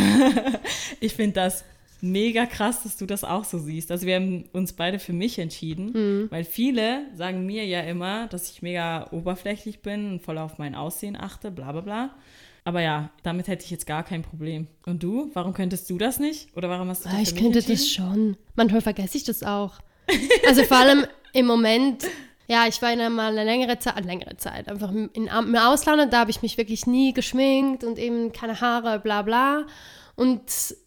S1: Ich finde das mega krass, dass du das auch so siehst. Also wir haben uns beide für mich entschieden,
S2: Hm.
S1: weil viele sagen mir ja immer, dass ich mega oberflächlich bin und voll auf mein Aussehen achte, bla bla bla. Aber ja, damit hätte ich jetzt gar kein Problem. Und du? Warum könntest du das nicht? Oder warum hast du
S2: Ah,
S1: dich
S2: ich
S1: für
S2: könnte
S1: mich entschieden?
S2: das schon. Manchmal vergesse ich das auch. Also vor allem im Moment, ja, ich war ja mal eine längere Zeit, äh, längere Zeit, einfach im, in, im Ausland und da habe ich mich wirklich nie geschminkt und eben keine Haare, bla bla. Und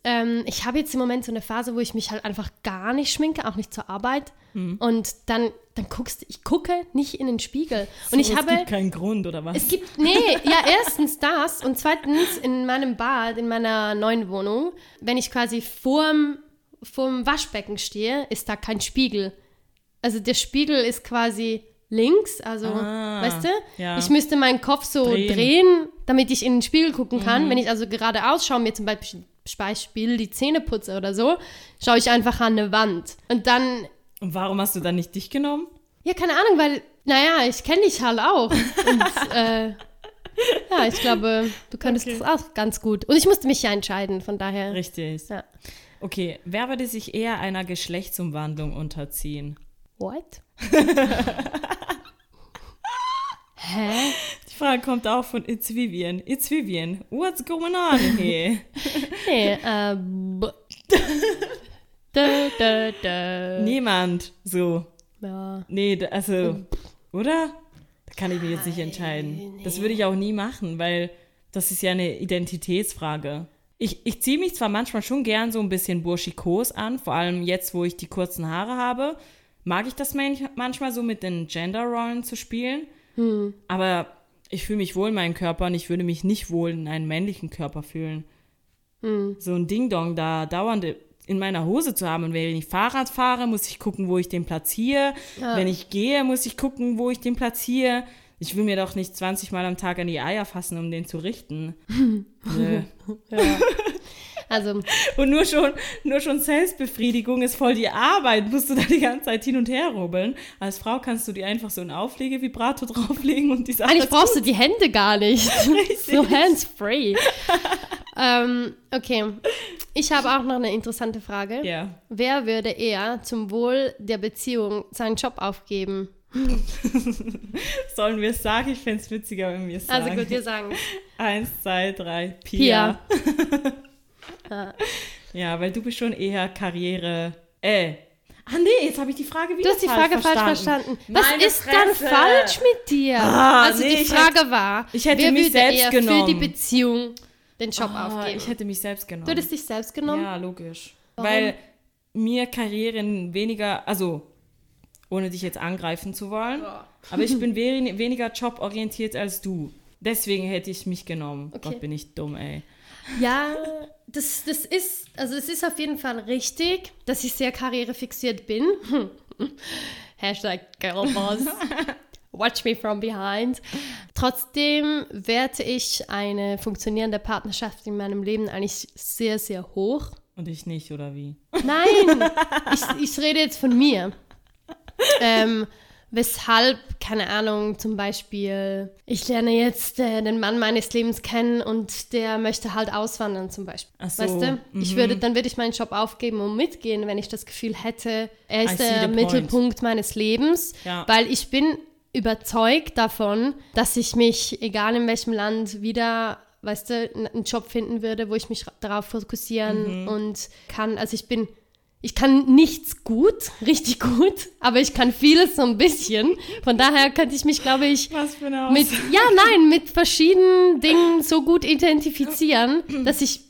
S2: ähm, ich habe jetzt im Moment so eine Phase, wo ich mich halt einfach gar nicht schminke, auch nicht zur Arbeit.
S1: Mhm.
S2: Und dann, dann guckst ich gucke nicht in den Spiegel. Und ich
S1: es
S2: habe.
S1: gibt keinen Grund, oder was?
S2: Es gibt, nee, ja, erstens das und zweitens in meinem Bad, in meiner neuen Wohnung, wenn ich quasi vorm, vorm Waschbecken stehe, ist da kein Spiegel. Also der Spiegel ist quasi links, also,
S1: Ah,
S2: weißt du?
S1: ja.
S2: Ich müsste meinen Kopf so
S1: Drehen. Mhm.
S2: drehen, damit ich in den Spiegel gucken kann. Wenn ich also geradeaus schaue, mir zum Beispiel Beispiel die Zähne putze oder so, schaue ich einfach an eine Wand. Und dann
S1: Und warum hast du dann nicht dich genommen?
S2: ja, keine Ahnung, weil, naja, ich kenne dich halt auch. Und, äh, ja, ich glaube, du könntest das auch ganz gut. Und ich musste mich ja entscheiden, von daher.
S1: Richtig.
S2: Ja.
S1: Okay, wer würde sich eher einer Geschlechtsumwandlung unterziehen?
S2: What? Hä?
S1: Die Frage kommt auch von It's Vivian. It's Vivian, what's going on here?
S2: Nee, äh, b- dö, dö, dö.
S1: Niemand. So.
S2: Ja.
S1: Nee, da- also, oder? Da kann ich mir jetzt nicht entscheiden. Das würde ich auch nie machen, weil das ist ja eine Identitätsfrage. Ich, ich ziehe mich zwar manchmal schon gern so ein bisschen burschikos an, vor allem jetzt, wo ich die kurzen Haare habe, mag ich das manch- manchmal so mit den Gender-Rollen zu spielen. Aber ich fühle mich wohl in meinem Körper und ich würde mich nicht wohl in einem männlichen Körper fühlen. So ein Ding-Dong da dauernd in meiner Hose zu haben. Und wenn ich Fahrrad fahre, muss ich gucken, wo ich den platziere. Wenn ich gehe, muss ich gucken, wo ich den platziere. Ich will mir doch nicht 20 Mal am Tag an die Eier fassen, um den zu richten. Nö.
S2: Also,
S1: Und nur schon, nur schon Selbstbefriedigung ist voll die Arbeit. Musst du da die ganze Zeit hin und her rubbeln. Als Frau kannst du dir einfach so einen Auflegevibrator drauflegen und die Sache
S2: eigentlich
S1: ist
S2: brauchst du die Hände gar nicht. so hands-free. ähm, okay. Ich habe auch noch eine interessante Frage.
S1: gut. Ja.
S2: Wer würde eher zum Wohl der Beziehung seinen Job aufgeben?
S1: Sollen wir es sagen? Ich fände es witziger, wenn wir es sagen.
S2: Also gut, wir sagen.
S1: Eins, zwei, drei, Pia.
S2: Pia.
S1: ja, weil du bist schon eher Karriere. Äh. Ah nee, jetzt habe ich die Frage wieder
S2: Du hast die
S1: falsch
S2: Frage falsch verstanden. Was
S1: Meine
S2: ist dann
S1: Fresse.
S2: falsch mit dir?
S1: Ah,
S2: also
S1: nee,
S2: die
S1: ich
S2: Frage war,
S1: ich hätte
S2: wer
S1: mich
S2: würde
S1: selbst
S2: eher
S1: genommen.
S2: für die Beziehung den Job
S1: Ah,
S2: aufgeben?
S1: ich hätte mich selbst genommen.
S2: du hättest dich selbst genommen?
S1: Ja, logisch.
S2: Warum?
S1: Weil mir Karrieren weniger, also ohne dich jetzt angreifen zu wollen,
S2: Ja.
S1: aber ich bin wen- weniger joborientiert als du. Deswegen hätte ich mich genommen.
S2: Okay.
S1: Gott, bin ich dumm, ey.
S2: Ja, das, das ist, also es ist auf jeden Fall richtig, dass ich sehr karrierefixiert bin. Hashtag Girlboss. Watch me from behind. Trotzdem werte ich eine funktionierende Partnerschaft in meinem Leben eigentlich sehr, sehr hoch.
S1: Und ich nicht, oder wie?
S2: Nein, ich, ich rede jetzt von mir. Ähm, weshalb, keine Ahnung, zum Beispiel, ich lerne jetzt äh, den Mann meines Lebens kennen und der möchte halt auswandern zum Beispiel.
S1: Ach so,
S2: Weißt du? Ich
S1: mhm.
S2: würde, dann würde ich meinen Job aufgeben und mitgehen, wenn ich das Gefühl hätte, er
S1: I
S2: ist
S1: see the
S2: der
S1: point.
S2: Mittelpunkt meines Lebens,
S1: Ja.
S2: weil ich bin überzeugt davon, dass ich mich, egal in welchem Land, wieder weißt du, n- einen Job finden würde, wo ich mich ra- darauf fokussieren und kann, also ich bin ich kann nichts gut, richtig gut, aber ich kann vieles so ein bisschen. Von daher könnte ich mich, glaube ich,
S1: Was für eine
S2: mit, ja, nein, mit verschiedenen Dingen so gut identifizieren, dass ich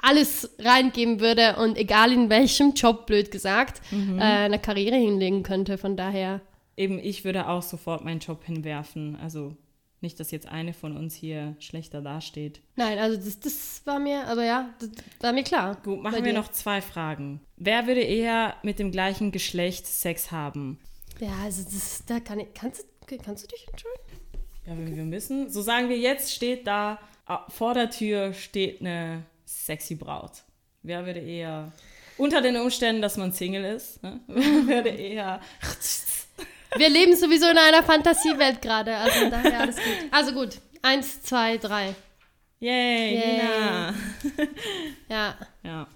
S2: alles reingeben würde und egal in welchem Job, blöd gesagt,
S1: Mhm.
S2: äh, eine Karriere hinlegen könnte. Von daher,
S1: Eben, ich würde auch sofort meinen Job hinwerfen. Also nicht, dass jetzt eine von uns hier schlechter dasteht.
S2: nein, also das, das war mir, aber ja, das war mir klar.
S1: Gut,
S2: Bei
S1: machen wir
S2: dir.
S1: noch zwei Fragen. Wer würde eher mit dem gleichen Geschlecht Sex haben?
S2: Ja, also das, da kann ich, kannst du, kannst du dich entschuldigen?
S1: Ja, wenn wir müssen. So sagen wir, jetzt steht da, ah, vor der Tür steht eine sexy Braut. Wer würde eher, unter den Umständen, dass man Single ist, ne? wer würde eher
S2: Wir leben sowieso in einer Fantasiewelt gerade, also von daher alles gut. Also gut, eins, zwei, drei.
S1: Yay,
S2: Yay.
S1: Nina.
S2: Ja,
S1: Ja,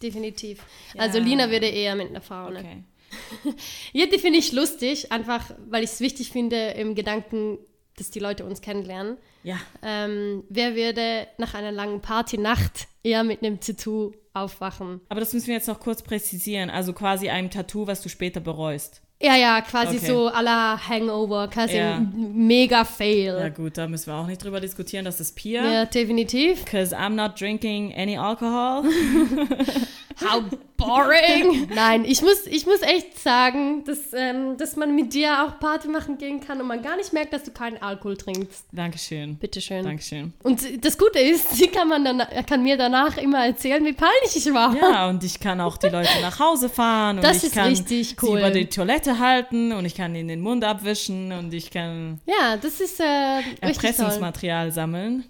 S2: definitiv. Also Lina würde eher mit einer Frau, ne?
S1: okay.
S2: Ja, die finde ich lustig, einfach weil ich es wichtig finde im Gedanken, dass die Leute uns kennenlernen.
S1: Ja,
S2: Ähm, wer würde nach einer langen Partynacht eher mit einem Tattoo aufwachen?
S1: aber das müssen wir jetzt noch kurz präzisieren. Also quasi einem Tattoo, was du später bereust.
S2: Ja, ja, quasi
S1: Okay.
S2: so à la Hangover, quasi
S1: Ja.
S2: ein mega
S1: Ja
S2: Fail.
S1: gut, da müssen wir auch nicht drüber diskutieren, das ist
S2: Ja,
S1: Pia.
S2: definitiv.
S1: Because I'm not drinking any alcohol.
S2: How boring! Nein, ich muss, ich muss echt sagen, dass, ähm, dass man mit dir auch Party machen gehen kann und man gar nicht merkt, dass du keinen Alkohol trinkst.
S1: Dankeschön.
S2: Bitteschön.
S1: Dankeschön.
S2: Und das Gute ist, sie kann, man dann, kann mir danach immer erzählen, wie peinlich ich war.
S1: Ja, und ich kann auch die Leute nach Hause fahren und
S2: Das
S1: ich
S2: ist
S1: kann
S2: richtig
S1: sie
S2: cool.
S1: über die Toilette halten und ich kann ihnen den Mund abwischen und ich kann
S2: Ja, das ist äh, richtig toll.
S1: Erpressungsmaterial sammeln.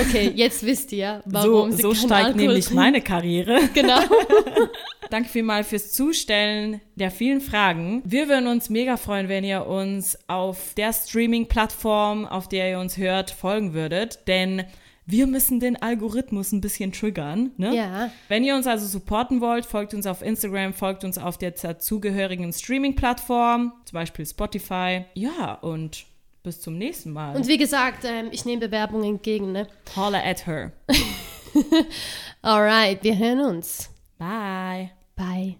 S2: Okay, jetzt wisst ihr,
S1: So,
S2: warum sie
S1: so
S2: keinen
S1: steigt
S2: Alkohol
S1: nämlich
S2: trinkt.
S1: meine Karriere.
S2: Genau.
S1: Danke vielmals fürs Zustellen der vielen Fragen. Wir würden uns mega freuen, wenn ihr uns auf der Streaming-Plattform, auf der ihr uns hört, folgen würdet, denn wir müssen den Algorithmus ein bisschen triggern. Ne?
S2: Ja.
S1: Wenn ihr uns also supporten wollt, folgt uns auf Instagram, folgt uns auf der dazugehörigen Streaming-Plattform, zum Beispiel Spotify. Ja, und bis zum nächsten Mal.
S2: Und wie gesagt, ähm, ich nehme Bewerbungen entgegen. Ne?
S1: Holla at her.
S2: Alright, wir hören uns.
S1: Bye.
S2: Bye.